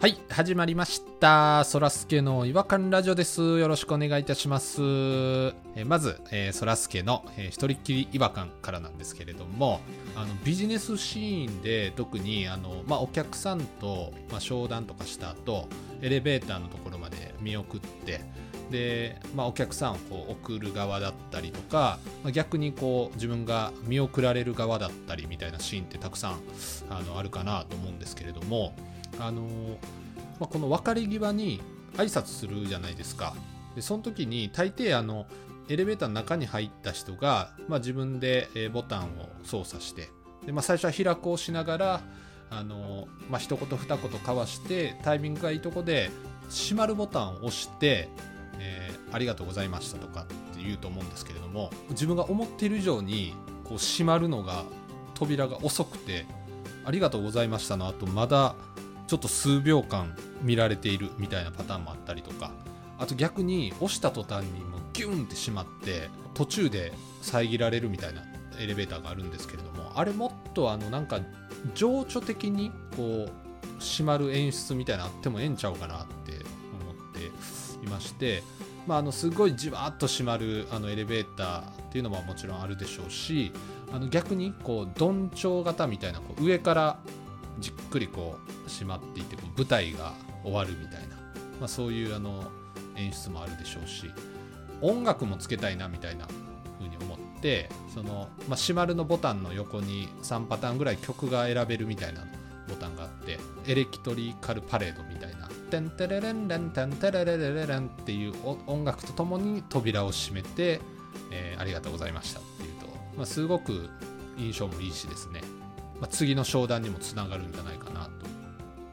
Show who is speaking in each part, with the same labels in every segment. Speaker 1: はい、始まりました。そらすけの違和感ラジオです。よろしくお願いいたします。えーまず、えーそらすけの、えー一人っきり違和感からなんですけれども、あのビジネスシーンで特にあの、まあ、お客さんと、まあ、商談とかした後、エレベーターのところまで見送って、で、まあ、お客さんをこう送る側だったりとか、まあ逆にこう自分が見送られる側だったりみたいなシーンってたくさんあのあるかなと思うんですけれども、あのまあ、この別れ際に挨拶するじゃないですか。でその時に大抵あのエレベーターの中に入った人が、まあ、自分でえーボタンを操作してで、まあ、最初は開くをしながらあの、まあ、一言二言交わしてタイミングがいいとこで閉まるボタンを押して、えーありがとうございました」とかって言うと思うんですけれども自分が思っている以上にこう閉まるのが扉が遅くて「ありがとうございましたの」あとまだちょっと数秒間見られているみたいなパターンもあったりとかあと逆に押した途端にもうギュンってしまって途中で遮られるみたいなエレベーターがあるんですけれどもあれもっとあのなんか情緒的にこう閉まる演出みたいなのあってもええんちゃうかなって思っていまして、まあ、あのすごいじわーっと閉まるあのエレベーターっていうのももちろんあるでしょうしあの逆にこうどんちょう型みたいなこう上からじっくりこう閉まっていってこう舞台が終わるみたいな、まあ、そういうあの演出もあるでしょうし音楽もつけたいなみたいな風に思ってその、まあ、閉まるのボタンの横に3パターンぐらい曲が選べるみたいなボタンがあってエレキトリカルパレードみたいな「テンテレレンレンテンテレレレレレン」っていうお音楽とともに扉を閉めて、えーありがとうございました」っていうと、まあ、すごく印象もいいしですね、まあ、次の商談にもつながるんじゃないかな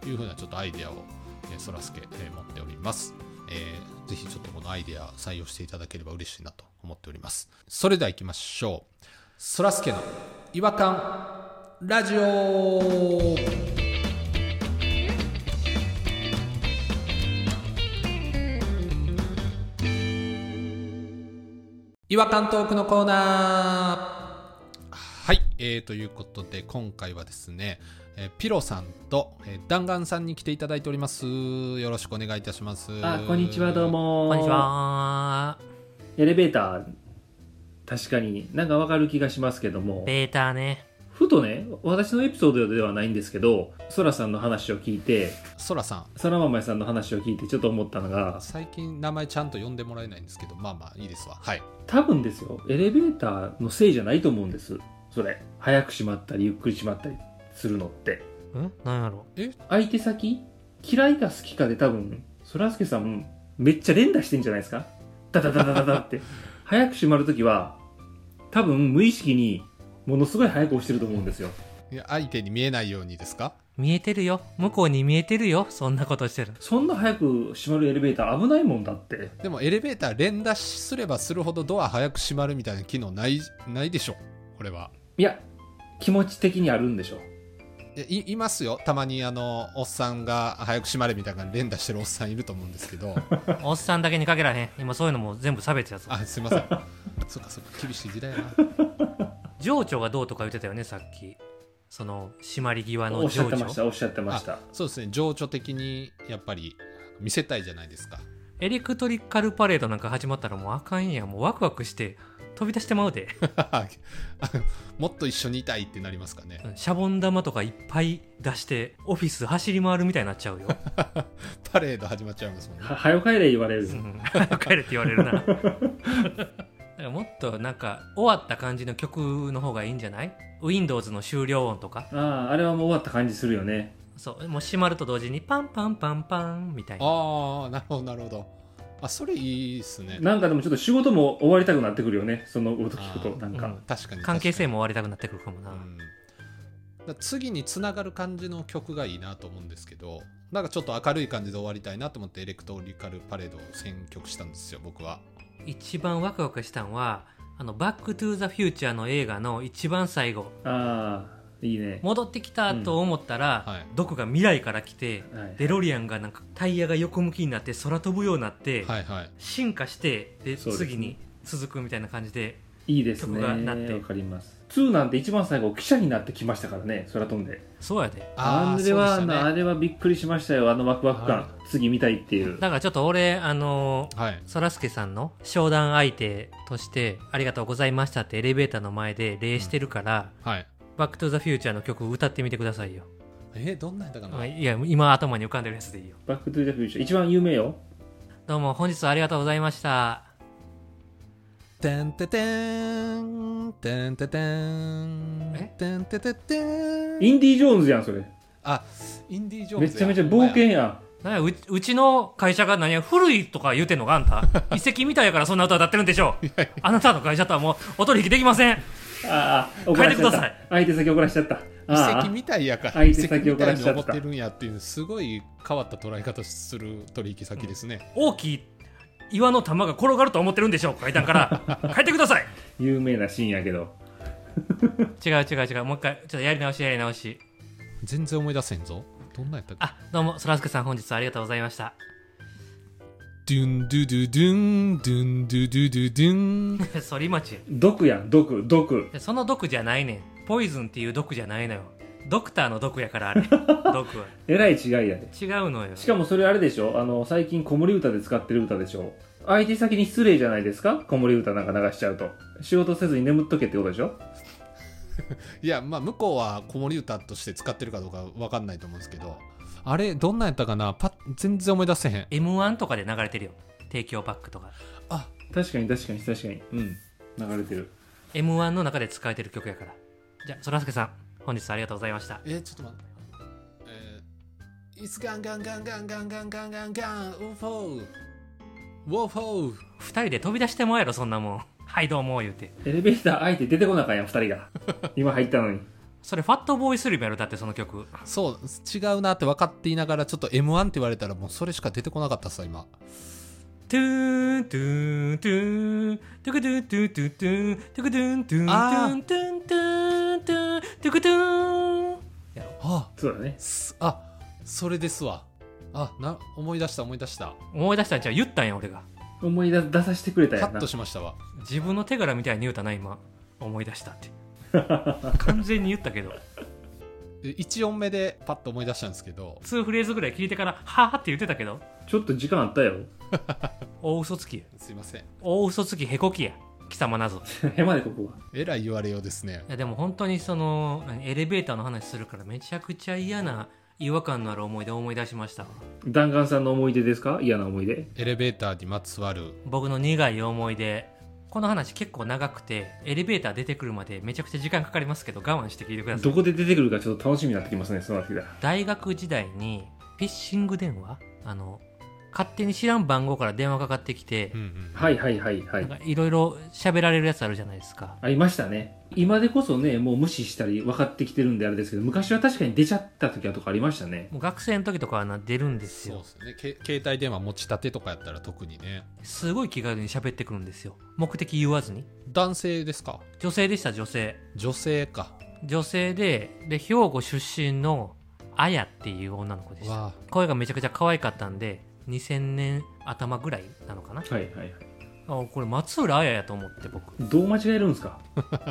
Speaker 1: というふうなちょっとアイデアを、えーそらすけ、えー持っております。えーぜひちょっとこのアイデア採用していただければ嬉しいなと思っております。それでは行きましょう。そらすけの違和感ラジオ違和感トークのコーナーはい、えー、ということで今回はですね、えーピロさんと、えー、弾丸さんに来ていただいておりますよろしくお願いいたします
Speaker 2: あこんにちはどうも
Speaker 3: こんにちは。
Speaker 2: エレベーター確かになんかわかる気がしますけども
Speaker 3: ベータね。
Speaker 2: ふとね私のエピソードではないんですけどそらさんの話を聞いて
Speaker 1: そらさん
Speaker 2: そらままやさんの話を聞いてちょっと思ったのが
Speaker 1: 最近名前ちゃんと呼んでもらえないんですけどまあまあいいですわはい
Speaker 2: 多分ですよエレベーターのせいじゃないと思うんですそれ早く閉まったりゆっくり閉まったりするのって
Speaker 3: んなんやろ
Speaker 2: 相手先嫌いか好きかで多分そらすけさんめっちゃ連打してんじゃないですかダダダダダダって 早く閉まるときは多分無意識にものすごい早く押してると思うんですよ
Speaker 1: いや相手に見えないようにですか
Speaker 3: 見えてるよ。向こうに見えてるよ。そんなこ としてる。
Speaker 2: そんな早く閉まるエレベーター危ないもんだって
Speaker 1: でもエレベーター連打すればするほどドア早く閉まるみたいな機能ないないでしょこれはい
Speaker 2: や気持ち的にあるんでしょ
Speaker 1: いやいいますよたまにあのおっさんが早く閉まれみたいな連打してるおっさんいると思うんですけど
Speaker 3: おっさんだけにかけられへん。今そういうのも全部差別やぞ。
Speaker 1: あすいませんそっかそっか厳しい時代やな
Speaker 3: 情緒がどうとか言ってたよね、さっき。その、締まり際
Speaker 2: お
Speaker 3: の
Speaker 2: っしゃっ
Speaker 3: 情
Speaker 2: てまし
Speaker 3: 緒。
Speaker 2: たおっしゃってました
Speaker 1: あそうですね情緒的にやっぱり見せたいじゃないですか
Speaker 3: エレクトリカルパレードなんか始まったらもうあかんやん。もうワクワクして飛び出してまうで。
Speaker 1: あもっと一緒にいたいってなりますかね
Speaker 3: うんシャボン玉とかいっぱい出して、オフィス走り回るみたいになっちゃうよ。
Speaker 1: パレード始まっちゃいますもんね
Speaker 2: は早よ帰れ言われる
Speaker 3: うん早く帰れって言われるな。だからもっとなんか終わった感じの曲の方がいいんじゃない ?Windows の終了音とか。
Speaker 2: あああれはもう終わった感じするよね
Speaker 3: そう、もう閉まると同時にパンパンパンパンみたいな。
Speaker 1: ああなるほどなるほどあそれいいですね
Speaker 2: なんかでもちょっと仕事も終わりたくなってくるよねその音聞く
Speaker 1: あ
Speaker 2: と
Speaker 1: ー
Speaker 2: なんか、
Speaker 3: うん
Speaker 1: 確かに
Speaker 3: 関係性
Speaker 1: も、
Speaker 3: も終わりたくなってくるかもな。
Speaker 1: うん、だから次につながる感じの曲がいいなと思うんですけどなんかちょっと明るい感じで終わりたいなと思ってエレクトリカルパレードを選曲したんですよ僕は
Speaker 3: 一番ワクワクしたんは、あの、バックトゥーザフューチャーの映画の一番最後、
Speaker 2: ああいいね、
Speaker 3: 戻ってきたと思ったら、
Speaker 1: うんはい
Speaker 3: 毒が未来から来て、
Speaker 2: はい
Speaker 3: デロリアンがなんかタイヤが横向きになって空飛ぶようになって、
Speaker 1: はいはい
Speaker 3: 進化して、で、
Speaker 2: そうですね
Speaker 3: 次に続くみたいな感じで、
Speaker 2: いいですね
Speaker 3: 曲が鳴って
Speaker 2: わかります2なんて一番最後記者になってきましたからね空飛んで
Speaker 3: そうやで
Speaker 1: あ
Speaker 2: あ
Speaker 1: ー
Speaker 2: れは
Speaker 1: そうでした
Speaker 2: あ
Speaker 1: ね
Speaker 2: れはびっくりしましたよあのワクワク感次見たいっていう
Speaker 3: だからちょっと俺あの
Speaker 1: はい
Speaker 3: そらすけさんの商談相手として「ありがとうございました」ってエレベーターの前で礼してるから
Speaker 1: はい
Speaker 3: 「バック・トゥ・ザ・フューチャー」の曲歌ってみてくださいよ
Speaker 1: えーどんなやったかな、
Speaker 3: いや今頭に浮かんでるやつでいいよ
Speaker 2: バックトゥザフューチャー一番有名よ
Speaker 3: どうも本日はありがとうございました
Speaker 1: てんててんてんててん
Speaker 3: え
Speaker 1: てんてててん
Speaker 2: インディ・ジョーンズやんそれ
Speaker 1: あインディ・ジョーン
Speaker 2: め
Speaker 1: ズ
Speaker 2: ちゃ
Speaker 1: や
Speaker 2: めちゃ
Speaker 1: ほ
Speaker 2: 冒険
Speaker 1: んまや
Speaker 2: やん
Speaker 3: なんやううちの会社が何や古いとか言うてんのかあんた遺跡みたいやからそんな歌歌ってるんでしょうあなたの会社とはもうお取引できません
Speaker 2: あーあー怒らしちゃっ
Speaker 3: 変えてくださ
Speaker 2: た
Speaker 3: い
Speaker 2: 相手先怒らしちゃった
Speaker 1: 遺
Speaker 2: あ
Speaker 1: 跡みたいやから遺
Speaker 2: 相手
Speaker 1: 跡
Speaker 2: 先
Speaker 1: み
Speaker 2: を
Speaker 1: たいに
Speaker 2: 殺しちゃった
Speaker 1: 思ってるんやっていうすごい変わった捉え方する取引先ですね、
Speaker 3: 大きい岩の玉が転がると思ってるんでしょう書いたんから書いてください
Speaker 2: ー有名なシーンやけど
Speaker 3: 違う違う違うもう一回ちょっとやり直しやり直し
Speaker 1: 全然思い出せんぞどんなんやったっけ
Speaker 3: あどうもそらすけさん本日はありがとうございました
Speaker 1: ドゥンドゥドゥドゥンドゥンドゥドゥドゥドゥン
Speaker 3: 反町
Speaker 2: 毒やん毒毒
Speaker 3: その毒じゃないねんポイズンっていう毒じゃないのよドクターの毒やから あれ毒は
Speaker 2: えらい違いやで
Speaker 3: 違うのよ
Speaker 2: しかもそれあれでしょあの最近子守歌で使ってる歌でしょ相手先に失礼じゃないですか子守歌なんか流しちゃうと仕事せずに眠っとけってことでしょ
Speaker 1: いやまあ向こうは子守歌として使ってるかどうかわかんないと思うんですけどあれどんなんやったかなパッ全然思い出せへん
Speaker 3: m 1とかで流れてるよ帝京バックとか
Speaker 1: あ
Speaker 2: 確かに確かに確かにうん流れてる
Speaker 3: m 1の中で使えてる曲やからじゃあそらすけさん本日はありがとうございました
Speaker 1: えー、ちょっと待ってえー、It's ガンガンガンガンガンガンガンガンガンウォーフォーウォーフォー
Speaker 3: 二人で飛び出してもらえろそんなもんはいどうも言うて
Speaker 2: エレベーター相手出てこなあかんやん2人 が今入ったのに
Speaker 3: それファットボーイスリムやろだってその曲
Speaker 1: そう違うなって分かっていながらちょっと M1 って言われたらもうそれしか出てこなかったっすわ今
Speaker 3: トゥーントゥーントゥーントゥクトゥントゥントゥントゥントゥクトゥントゥントゥントゥントゥントゥントゥクトゥン
Speaker 1: あ
Speaker 2: そうだね
Speaker 1: すあそれですわあな思い出した思い出した
Speaker 3: 思い出したんちゃう言ったんや俺が
Speaker 2: 思い出出させてくれ
Speaker 1: カ
Speaker 2: たやん
Speaker 1: ッ
Speaker 2: な
Speaker 1: トしましたわ
Speaker 3: 自分の手柄みたいに言うたな今思い出したって完全に言ったけど
Speaker 1: 1音目でパッと思い出したんですけど
Speaker 3: 2フレーズぐらい聞いてから「はーって言ってたけど
Speaker 2: ちょっと時間あったよ
Speaker 3: 大嘘つきや
Speaker 1: すいません
Speaker 3: 大嘘つきへこきや貴様なぞ
Speaker 2: へまでここが
Speaker 1: えらい言われようですね
Speaker 3: いやでも本当にその何エレベーターの話するからめちゃくちゃ嫌な違和感のある思い出を思い出しましたわ
Speaker 2: 弾丸さんの思い出ですか嫌な思い出
Speaker 1: エレベーターにまつわる
Speaker 3: 僕の苦い思い出この話結構長くてエレベーター出てくるまでめちゃくちゃ時間かかりますけど我慢して聞いてください
Speaker 2: どこで出てくるかちょっと楽しみになってきますねそうなってきたら
Speaker 3: 大学時代にフィッシング電話あの勝手に知らん番号から電話かかってきて
Speaker 1: うんうん
Speaker 2: はいはいはいはい
Speaker 3: なんかいろいろ喋られるやつあるじゃないですか
Speaker 2: ありましたね今でこそねもう無視したり分かってきてるんであれですけど昔は確かに出ちゃった時はとかありましたね
Speaker 3: もう学生の時とかはな出るんです
Speaker 1: そう
Speaker 3: よ
Speaker 1: ですねけ携帯電話持ち立てとかやったら特にね
Speaker 3: すごい気軽に喋ってくるんですよ目的言わずに
Speaker 1: 男性ですか
Speaker 3: 女性でした女性
Speaker 1: 女性か
Speaker 3: 女性でで兵庫出身のあやっていう女の子でした
Speaker 1: わ
Speaker 3: 声がめちゃくちゃ可愛かったんで2000年頭ぐらいなのかな
Speaker 2: はいはいはい
Speaker 3: あこれ松浦綾やと思って 僕
Speaker 2: どう間違えるんですか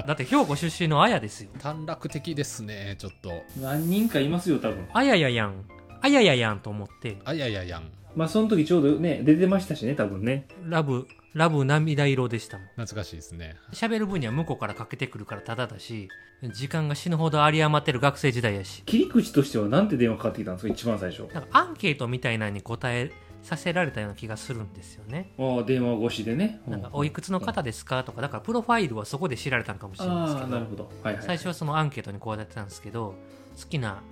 Speaker 3: だって兵庫出身の綾ですよ
Speaker 1: あ短絡的ですねちょっと
Speaker 2: 何人かいますよ多分
Speaker 3: 綾ややん綾ややんと思って
Speaker 1: あやややん
Speaker 2: まあその時ちょうどね出てましたしね多分ね
Speaker 3: ラブラブ涙色でしたもん
Speaker 1: 懐かしいですね
Speaker 3: 喋る分には向こうからかけてくるからタダだし時間が死ぬほど有り余ってる学生時代やし
Speaker 2: 切り口としてはなんて電話かかってきたんですか一番最初
Speaker 3: なんかアンケートみたいなのに答えさせられたような気がするんですよね
Speaker 2: ああ電話越しでね
Speaker 3: なんかおいくつの方ですかとかだからプロファイルはそこで知られたのかもしれないです
Speaker 2: あ
Speaker 3: け
Speaker 2: あ
Speaker 3: ど
Speaker 2: なるほどはいはい
Speaker 3: 最初はそのアンケートにこうやってたんですけど好きな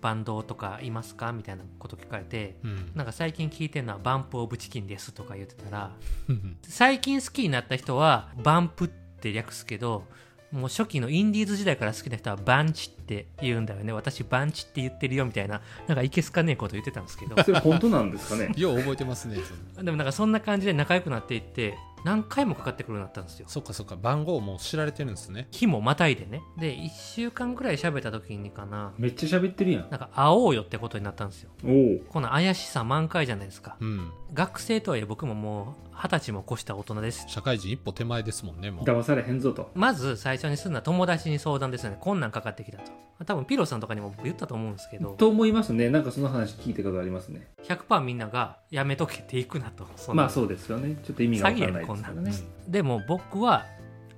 Speaker 3: バンドとかいますかみたいなこと聞かれて
Speaker 1: うん
Speaker 3: なんか最近聞いてるのは「バンプ・オブ・チキンです」とか言ってたら
Speaker 1: うん
Speaker 3: 最近好きになった人は「バンプ」って略すけどもう初期のインディーズ時代から好きな人は「バンチ」って言うんだよね私バンチって言ってるよみたいななんかいけすかねえこと言ってたんですけど
Speaker 2: それ本当なんですかね
Speaker 1: よう覚えてますねそれ
Speaker 3: でもなんかそんな感じで仲良くなっていって何回もかかってくるようになったんですよ
Speaker 1: そっかそっか番号もう知られてるんですね
Speaker 3: 日もまたいでねで1週間くらい喋った時にかな
Speaker 2: めっちゃ喋ってるやん
Speaker 3: なんか会おうよってことになったんですよ
Speaker 2: おお
Speaker 3: この怪しさ満開じゃないですか
Speaker 1: うん
Speaker 3: 学生とはいえ僕ももう二十歳も越した大人です
Speaker 1: 社会人一歩手前ですもんねもう
Speaker 2: 騙されへんぞと
Speaker 3: まず最初にするのは友達に相談ですよねこんなんかかってきたと多分ピロさんとかにも僕言ったと思うんですけど
Speaker 2: と思いますねなんかその話聞いたことありますね
Speaker 3: 100%みんながやめとけっていくなとそんな
Speaker 2: まあそうですよねちょっと意味がわからないですから
Speaker 1: う
Speaker 2: ね
Speaker 1: ん
Speaker 3: でも僕は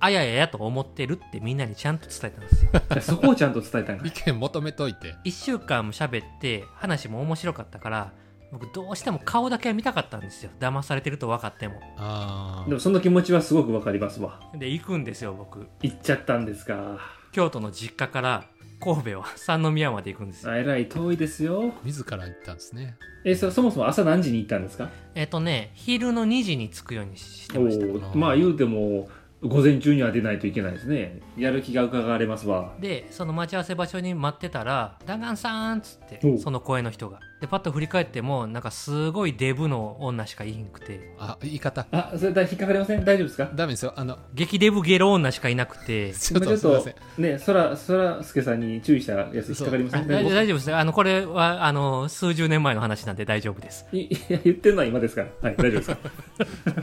Speaker 3: あやややと思ってるってみんなにちゃんと伝えたんですよ
Speaker 2: いやそこをちゃんと伝えたんか
Speaker 1: 意見求めといて
Speaker 3: 1週間も喋って話も面白かったから僕どうしても顔だけは見たかったんですよ騙されてると分かっても
Speaker 1: あ
Speaker 2: で
Speaker 1: あ
Speaker 2: もその気持ちはすごくわかりますわ
Speaker 3: で行くんですよ僕
Speaker 2: 行っちゃったんですか
Speaker 3: 京都の実家から神戸は 三宮まで行くんですよ
Speaker 2: あえらい遠いですよ
Speaker 1: 自ら言ったんですね
Speaker 2: えそそもそも朝何時に行ったんですか
Speaker 3: えっ、とね昼の2時に着くようにして
Speaker 2: お
Speaker 3: ました
Speaker 2: おまあ言うても午前中には出ないといけないですねやる気が伺われますわ
Speaker 3: でその待ち合わせ場所に待ってたら「弾丸さん」っつって
Speaker 2: おう
Speaker 3: その声の人がでパッと振り返ってもなんかすごいデブの女しかいんくて
Speaker 1: あ言い方
Speaker 2: あそれだ引っかかりません大丈夫ですか
Speaker 1: ダメですよあの
Speaker 3: 激デブゲロ女しかいなく て
Speaker 1: ちょっ
Speaker 2: 今
Speaker 1: とすいません
Speaker 2: ねそらそらすけさんに注意したやつ引っかかりま
Speaker 3: あ
Speaker 2: せん
Speaker 3: 大
Speaker 2: 大
Speaker 3: 丈
Speaker 2: 丈
Speaker 3: 夫大丈夫ですあのこれはあの数十年前の話なんで大丈夫です
Speaker 2: 夫いいや言ってるのは今ですからはい大丈夫です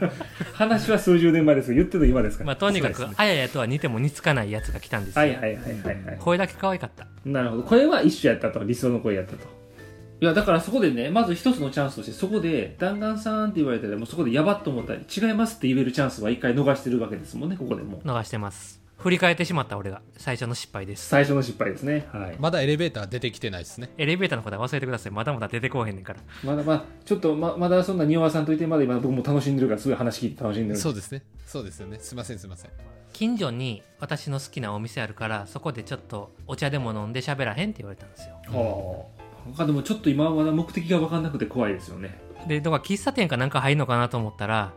Speaker 2: 話は数十年前です言ってるのは今ですから
Speaker 3: まあとにか
Speaker 2: そ
Speaker 3: く、
Speaker 2: うですね
Speaker 3: あややとは似ても似つかないやつが来たんですよ、
Speaker 2: はいはいはいはいはい
Speaker 3: 声だけ可愛かった
Speaker 2: なるほどこれは一緒やったと理想の声やったといやだからそこでねまず一つのチャンスとしてそこで弾丸さんって言われたらもうそこでやばっと思ったり違いますって言えるチャンスは一回逃してるわけですもんねここでもう
Speaker 3: 逃してます振り返ってしまった俺が最初の失敗です
Speaker 2: 最初の失敗ですねはい
Speaker 1: まだエレベーター出てきてないですね
Speaker 3: エレベーターのことは忘れてくださいまだまだ出てこうへんねんから
Speaker 2: まだまあちょっとままだそんな匂わさんといてまだ今僕も楽しんでるからすごい話聞いて楽しんでる
Speaker 1: そうですねそうですよねすいませんすいません
Speaker 3: 近所に私の好きなお店あるからそこでちょっとお茶でも飲んで喋らへんって言われたんですよ
Speaker 2: はあ他でもちょっと今はまだ目的が分かんなくて怖いですよね
Speaker 3: でだから喫茶店かなんか入るのかなと思ったら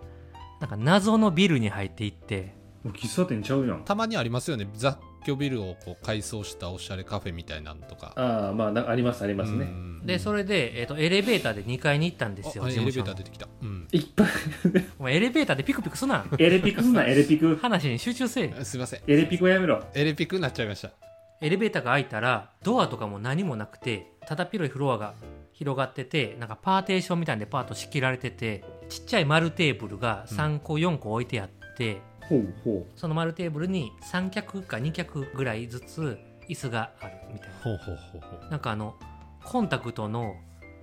Speaker 3: なんか謎のビルに入っていって
Speaker 2: もう喫茶店ちゃうやん
Speaker 1: たまにありますよね雑居ビルをこう改装したおしゃれカフェみたいなのとか
Speaker 2: ああまあなありますありますね
Speaker 1: うん
Speaker 3: でそれで、えっとエレベーターで2階に行ったんですよ
Speaker 1: あエ
Speaker 3: 事
Speaker 1: レベ
Speaker 3: 務所
Speaker 1: ーター
Speaker 3: の
Speaker 1: 出てきたうん
Speaker 2: いっぱい
Speaker 3: お前エレベーターでピクピクすな
Speaker 2: エレピクすなエレピク
Speaker 3: 話に集中せえ
Speaker 1: すいません
Speaker 2: エレピクはやめろ
Speaker 1: エレピクになっちゃいました
Speaker 3: エレベーターが開いたらドアとかも何もなくてただ広いフロアが広がっててなんかパーテーションみたいなんでパーッと仕切られててちっちゃい丸テーブルが3個4個置いてあって、
Speaker 2: ほうほ
Speaker 3: その丸テーブルに3脚か2脚ぐらいずつ椅子があるみたい
Speaker 1: ほうほうほうほう
Speaker 3: ななんかあのコンタクトの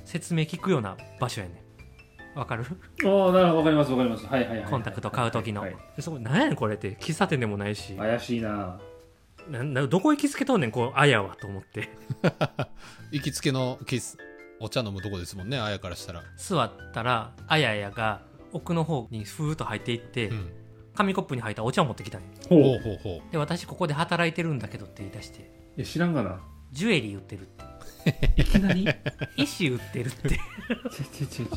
Speaker 3: 説明聞くような場所やねんわかる、
Speaker 2: うああなるほどわかりますわかりますはいはいはいはい
Speaker 3: コンタクト買う時の、
Speaker 2: はいはい
Speaker 3: でそこ何やねんこれって喫茶店でもないし
Speaker 2: 怪しいな
Speaker 3: ななどこ行きつけとんねんこうあやはと思って
Speaker 1: 行きつけのキスお茶飲むとこですもんねあやからしたら
Speaker 3: 座ったらあややが奥の方にふーっと入っていって、
Speaker 1: うん
Speaker 3: 紙コップに入ったお茶を持ってきたんや
Speaker 2: ほう
Speaker 1: ほうほうほう
Speaker 3: で私ここで働いてるんだけどって言い出して
Speaker 2: いや知らんがな
Speaker 3: ジュエリー売ってるっ て
Speaker 2: いきなりち
Speaker 3: 石売ってるって
Speaker 2: ょちょちょち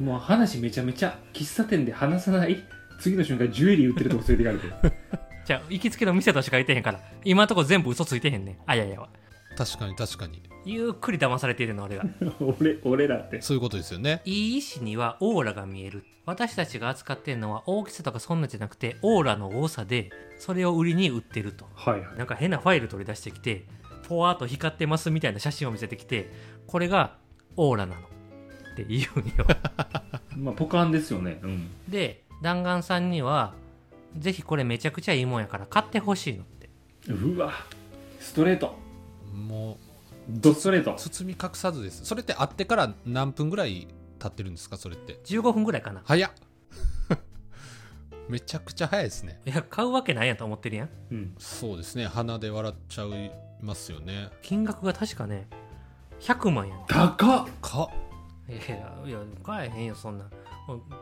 Speaker 2: ょもう話めちゃめちゃ喫茶店で話さない次の瞬間ジュエリー売ってるとこ連れていかれて
Speaker 3: じゃあ行きつけの店としか言ってへんから今のとこ全部嘘ついてへんねんあややは
Speaker 1: 確かに確かに
Speaker 3: ゆっくり騙されてるの俺 が
Speaker 2: 俺俺ら って
Speaker 1: そういうことですよね
Speaker 3: いい医師にはオーラが見える私たちが扱ってるのは大きさとかそんなんじゃなくてオーラの多さでそれを売りに売ってると
Speaker 2: はいはい
Speaker 3: なんか変なファイル取り出してきてポワーっと光ってますみたいな写真を見せてきてこれがオーラなのって言うんよ
Speaker 2: まあポカンですよねうん
Speaker 3: で弾丸さんにはぜひこれめちゃくちゃいいもんやから買ってほしいのって
Speaker 2: うわストレート
Speaker 1: も
Speaker 2: ドストレート
Speaker 1: う包み隠さずですそれって会ってから何分ぐらい経ってるんですかそれって
Speaker 3: 15分ぐらいかな
Speaker 1: 早っ めちゃくちゃ早いですね
Speaker 3: いや買うわけないやんと思ってるやん
Speaker 2: うん
Speaker 1: そうですね鼻で笑っちゃいますよね
Speaker 3: 金額が確かね100万やね
Speaker 2: 高っ
Speaker 1: か
Speaker 3: いやいやいや買えへんよそんな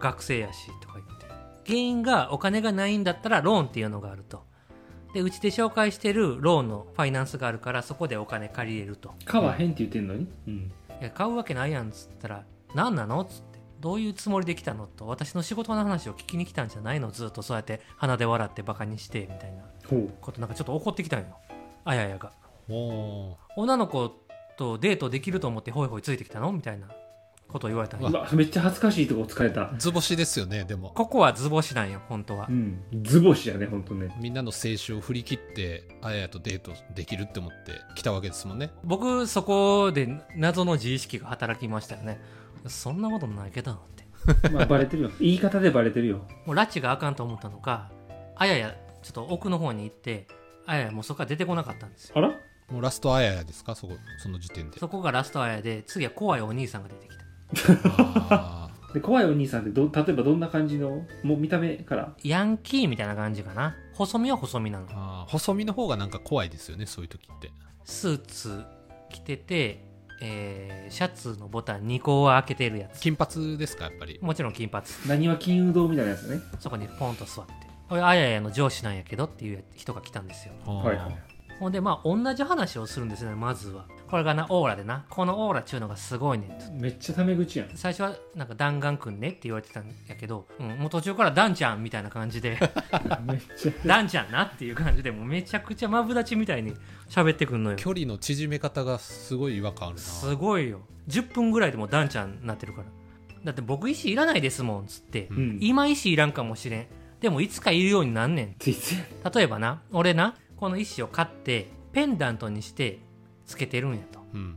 Speaker 3: 学生やしとか言って原因がお金がないんだったらローンっていうのがあるとでうちで紹介してるローンのファイナンスがあるからそこでお金借りれると
Speaker 2: 買わへんって言ってんのにうん
Speaker 3: いや買うわけないやんっつったら何なのっつってどういうつもりで来たのと私の仕事の話を聞きに来たんじゃないのずっとそうやって鼻で笑ってバカにしてみたいな
Speaker 2: ほう
Speaker 3: ことなんかちょっと怒ってきたんよあややが
Speaker 1: おー
Speaker 3: 女の子とデートできると思ってホイホイついてきたのみたいなことを言われたんよ
Speaker 2: うわめっちゃ恥ずかしいとこ使えた
Speaker 1: 図星ですよねでも
Speaker 3: ここは図星なんよ本当は
Speaker 2: うん図星やねほんとね
Speaker 1: みんなの青春を振り切ってあややとデートできるって思って来たわけですもんね
Speaker 3: 僕そこで謎の自意識が働きましたよねそんなことないけどって
Speaker 2: まあバレてるよ 言い方でバレてるよ
Speaker 3: もう拉致があかんと思ったのかあややちょっと奥の方に行ってあややもうそこから出てこなかったんですよ
Speaker 2: あら
Speaker 1: もうラストあややですかそこその時点で
Speaker 3: そこがラストあややで次は怖いお兄さんが出てきた
Speaker 1: あー
Speaker 2: で怖いお兄さんってど例えばどんな感じのもう見た目から
Speaker 3: ヤンキーみたいな感じかな細身は細身なの
Speaker 1: あー細身の方がなんか怖いですよねそういう時って
Speaker 3: スーツ着てて、えーシャツのボタン2個は開けてるやつ
Speaker 1: 金髪ですかやっぱり
Speaker 3: もちろん金髪
Speaker 2: 何は金融堂みたいなやつね
Speaker 3: そこにポンと座ってこれあややの上司なんやけどっていう人が来たんですよ
Speaker 2: はいはい
Speaker 3: ほんでまあ同じ話をするんですねまずはこれがなオーラでなこのオーラっちゅうのがすごいねんと
Speaker 2: めっちゃタメ口やん
Speaker 3: 最初はなんか弾丸くんねって言われてたんやけど、うん、もう途中からダンちゃんみたいな感じで
Speaker 2: めっちゃ
Speaker 3: ダンちゃんなっていう感じでもうめちゃくちゃマブダチみたいに喋ってくんのよ
Speaker 1: 距離の縮め方がすごい違和感あるな
Speaker 3: すごいよ10分ぐらいでもうダンちゃんになってるからだって僕石いらないですもんつって、
Speaker 2: うん
Speaker 3: 今石いらんかもしれんでもいつかいるようになんねん
Speaker 2: ついつい
Speaker 3: 例えばな俺なこの石を買ってペンダントにしてつけてるんやと
Speaker 1: うん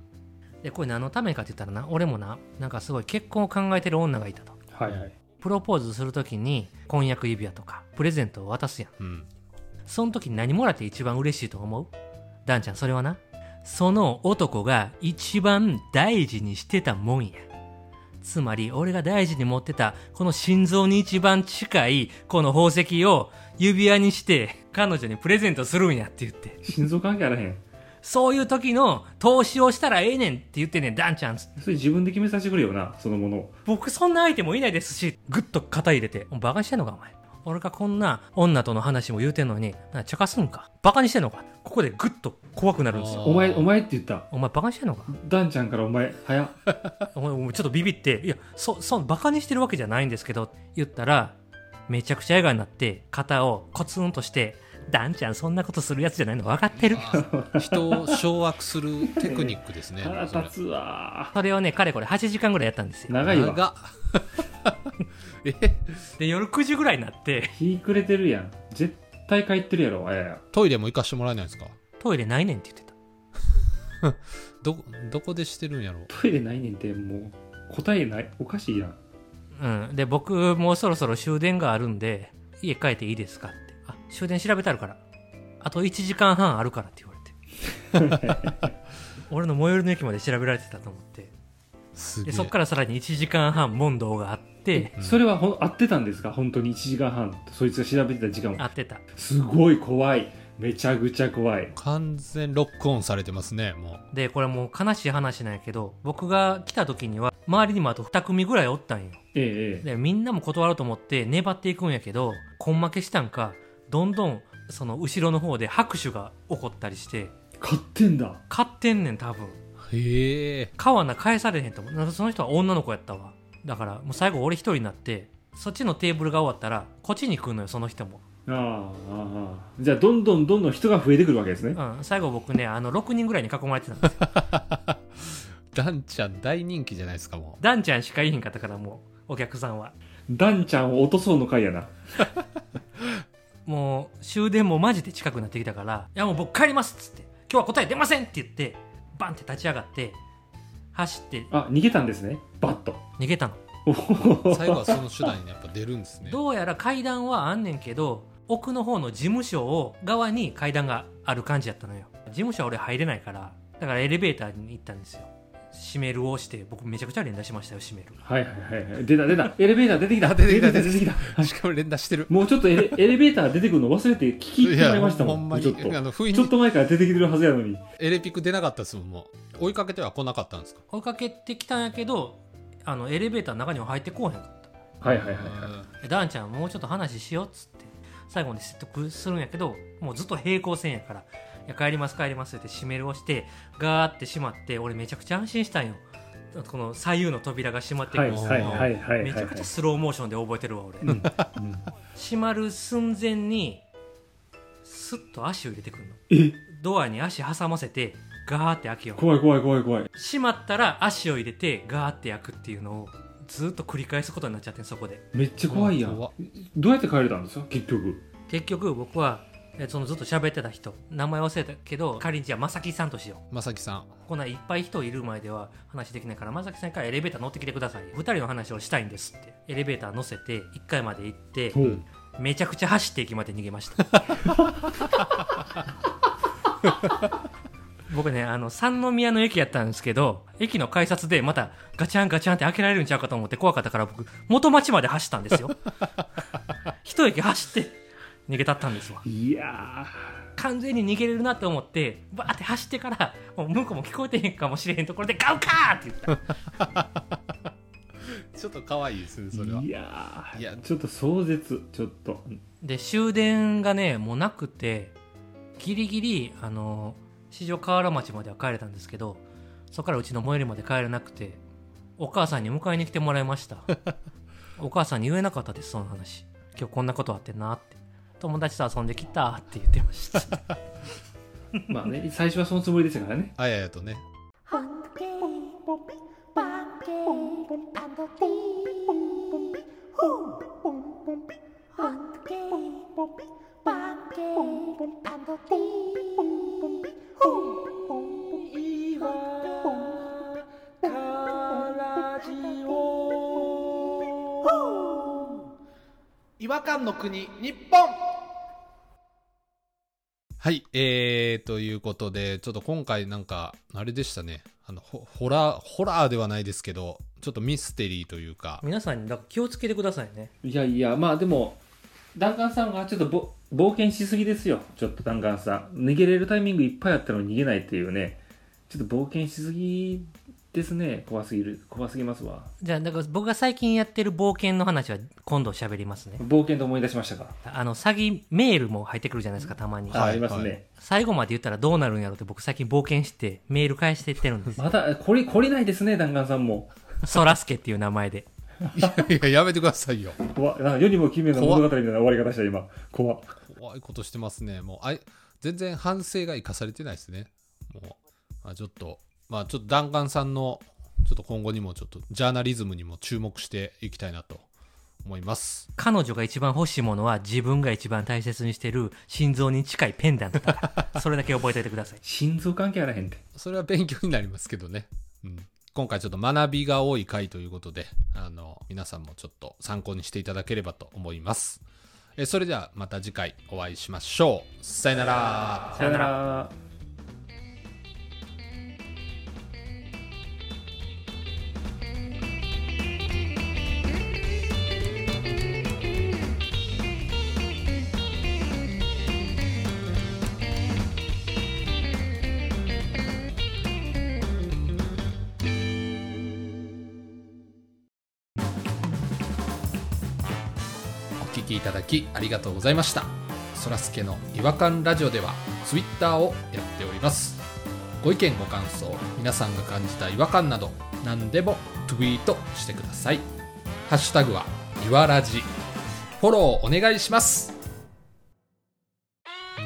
Speaker 3: でこれ何のためかって言ったらな俺もななんかすごい結婚を考えてる女がいたと
Speaker 2: はいはい
Speaker 3: プロポーズするときに婚約指輪とかプレゼントを渡すやん
Speaker 1: うん
Speaker 3: その時に何もらって一番嬉しいと思うダンちゃんそれはなその男が一番大事にしてたもんやつまり俺が大事に持ってたこの心臓に一番近いこの宝石を指輪にして彼女にプレゼントするんやって言って
Speaker 2: 心臓関係あらへん
Speaker 3: そういう時の投資をしたらええねんって言ってんねん、ダンちゃん。
Speaker 2: それ自分で決めさせてくれよなそのものを
Speaker 3: 僕そんな相手もいないですし、ぐっと肩入れて。バカにしてんのか、お前。俺がこんな女との話も言うてんのに、な茶化すんか。バカにしてんのか。ここでぐっと怖くなるんで
Speaker 1: あ
Speaker 3: す
Speaker 1: ー
Speaker 3: よ。
Speaker 2: お前お前って言った
Speaker 3: お前バカにしてんのか
Speaker 2: ダンちゃんからお前早っ
Speaker 3: お前お前ちょっとビビって、いや、そ、そん、バカにしてるわけじゃないんですけど、言ったら、めちゃくちゃ笑顔になって、肩をコツンとして、ダンちゃんそんなことするやつじゃないの分かってる。
Speaker 1: 人を掌握するテクニックですねそ
Speaker 2: 腹
Speaker 1: れ
Speaker 2: 立つわ
Speaker 3: それをね、かれこれ8時間ぐらいやったんですよ。
Speaker 2: 長いわ
Speaker 1: 長っ え
Speaker 3: で、夜9時ぐらいになって、
Speaker 2: 日暮れてるやん絶対帰ってるやろあやや
Speaker 1: トイレも行かしてもらえないんですか
Speaker 3: トイレないねんって言ってた。
Speaker 1: どどこでしてるんやろう
Speaker 2: トイレないねんてもう答えないおかしいやん
Speaker 3: うん、で僕もうそろそろ終電があるんで家帰っていいですかってあ終電調べてあるからあと1時間半あるからって言われて 俺の最寄りの駅まで調べられてたと思って
Speaker 1: すげ
Speaker 3: で
Speaker 1: え
Speaker 3: そっからさらに1時間半問答があって
Speaker 1: うん
Speaker 2: それはほん合ってたんですか本当に1時間半そいつが調べてた時間
Speaker 3: 合
Speaker 2: も
Speaker 3: ってた
Speaker 2: すごい怖いめちゃくちゃ怖い
Speaker 1: 完全ロックオンされてますねもう
Speaker 3: でこれもう悲しい話なんやけど僕が来た時には周りにもあと2組ぐらいおったんよ
Speaker 2: えええ
Speaker 3: でみんなも断ろうと思って粘っていくんやけど根負けしたんかどんどんその後ろの方で拍手が起こったりして
Speaker 2: え買ってんだ
Speaker 3: 勝ってんねん多分
Speaker 1: へえ
Speaker 3: 川名返されへんと思うなんかその人は女の子やったわだからもう最後俺一人になってそっちのテーブルが終わったらこっちに来るのよその人も、
Speaker 2: ああああじゃあどんどんどんどん人が増えてくるわけですね
Speaker 3: うん、最後僕ねあの6人ぐらいに囲まれてたんですよ
Speaker 1: ダンちゃん大人気じゃないですかも
Speaker 3: ダンちゃんしかいへんかったからもうお客さんは
Speaker 2: ダンちゃんを落とそうの回やな
Speaker 3: もう終電もマジで近くなってきたから「いやもう僕帰ります」っつって「今日は答え出ません」って言ってバンって立ち上がって走って
Speaker 2: あ逃げたんですねバッと
Speaker 3: 逃げたの
Speaker 2: おほほほ
Speaker 1: う最後はその手段にやっぱ出るんですね
Speaker 3: どうやら階段はあんねんけど奥の方の事務所を側に階段がある感じやったのよ事務所は俺入れないからだからエレベーターに行ったんですよ閉めるをして僕めちゃくちゃ連打しましたよ閉める
Speaker 2: はいはいはいはい出た出たエレベーター出てきた
Speaker 1: 出てきた
Speaker 2: エレベーター出てきた
Speaker 1: しかも連打してる
Speaker 2: もうちょっとエレエレベーター出てくるの忘れて聞き入ってしまいました
Speaker 1: ほ
Speaker 2: も
Speaker 1: ん
Speaker 2: ん
Speaker 1: まに
Speaker 2: ちょっと
Speaker 1: あの不意
Speaker 2: ちょっ
Speaker 1: に
Speaker 2: と前から出てきてるはずやのに
Speaker 1: エレピク出なかったですもんもう追いかけては来なかったんですか
Speaker 3: 追いかけてきたんやけどあのエレベーターの中には入ってこうへんかった
Speaker 2: はいはいはいはい
Speaker 3: えダンちゃんもうちょっと話しようっつって最後に説得するんやけどもうずっと平行線やから「いや帰ります帰ります」って閉めるをしてガーって閉まって俺めちゃくちゃ安心したんよこの左右の扉が閉まっていく
Speaker 2: はい
Speaker 3: のを
Speaker 2: はいはいはいはい
Speaker 3: めちゃくちゃスローモーションで覚えてるわ俺
Speaker 2: うんうん
Speaker 3: 閉まる寸前にスッと足を入れてくるの
Speaker 2: え
Speaker 3: ドアに足挟ませてガーって開けよう
Speaker 2: 怖い怖い怖い怖い。
Speaker 3: 閉まったら足を入れてガーって開くっていうのをずっと繰り返すことになっちゃってんそこで
Speaker 2: めっちゃ怖いやん。
Speaker 1: うわ
Speaker 2: どうやって帰れたんですか結局。
Speaker 3: 結局僕はえそのずっと喋ってた人名前忘れたけど仮にじゃあ正木さんとしよ
Speaker 1: まさきさん。
Speaker 3: うこんないっぱい人いる前では話できないから正木さんからエレベーター乗ってきてください2人の話をしたいんですってエレベーター乗せて1階まで行って
Speaker 2: ほう。
Speaker 3: めちゃくちゃ走って駅まで逃げました僕ねあの三宮の駅やったんですけど駅の改札でまたガチャンガチャンって開けられるんちゃうかと思って怖かったから僕元町まで走ったんですよ一駅走って逃げたったんですわ
Speaker 2: いや
Speaker 3: 完全に逃げれるなと思ってバーって走ってからもう向こうも聞こえてへんかもしれへんところで「ガウカー!」って言った
Speaker 1: ちょっと可愛いですね、それは
Speaker 2: ー。い。やー
Speaker 1: いや
Speaker 2: ちょっと壮絶。ちょっと。
Speaker 3: で終電がねもうなくてギリギリあの四条河原町までは帰れたんですけどそこからうちの最寄りまで帰れなくてお母さんに迎えに来てもらいま したお母さんに言えなかったですその話今日こんなことあってんなって友達と遊んできたって言ってました
Speaker 2: まあね、最初はそのつもりでしたからね。
Speaker 1: あややとね。
Speaker 4: Hunky,
Speaker 5: 違和感の国日本
Speaker 1: はい、えー、ということで、ちょっと今回なんか、あれでしたね。あの、ホホラー、ホラーではないですけど、ちょっとミステリーというか、
Speaker 3: 皆さんにだから気をつけてくださいね
Speaker 2: いやいや、まあでも、弾丸さんがちょっとぼ冒険しすぎですよ。ちょっと弾丸さん。逃げれるタイミングいっぱいあったのに逃げないっていうね。ちょっと冒険しすぎですね。怖すぎる。怖すぎますわ。
Speaker 3: じゃあだから僕が最近やってる冒険の話は今度喋りますね
Speaker 2: 冒険と思い出しましたか
Speaker 3: あの詐欺メールも入ってくるじゃないですかたまに
Speaker 2: あ
Speaker 1: はい
Speaker 2: ありますね。
Speaker 1: は
Speaker 3: 最後まで言ったらどうなるんやろって僕最近冒険してメール返していってるんです
Speaker 2: まだ、こり、こりないですね、弾丸さんも。
Speaker 3: そらすけっていう名前で
Speaker 1: いやいや、やめてくださいよ。
Speaker 2: 怖なんか世にも奇妙な物語みたいな終わり方した、今。怖
Speaker 1: 怖いことしてますね。もう、あい、全然反省が生かされてないですね。もう、まあ、ちょっと、まあ、ちょっと弾丸さんの、ちょっと今後にもちょっと、ジャーナリズムにも注目していきたいなと思います。
Speaker 3: 彼女が一番欲しいものは自分が一番大切にしてる心臓に近いペンダントだからそれだけ覚えておいてください
Speaker 2: 心臓関係あらへんって。
Speaker 1: それは勉強になりますけどね。うん。今回ちょっと学びが多い回ということで、あの、皆さんもちょっと参考にしていただければと思います。え、それではまた次回お会いしましょう。さよなら。
Speaker 2: さよなら。
Speaker 1: お聞きいただきありがとうございましたそらすけの違和感ラジオではツイッターをやっておりますご意見ご感想皆さんが感じた違和感など何でもツイートしてくださいハッシュタグはいわらじフォローお願いします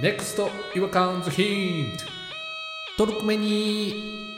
Speaker 1: NEXT 違和感ズヒントトルクメニー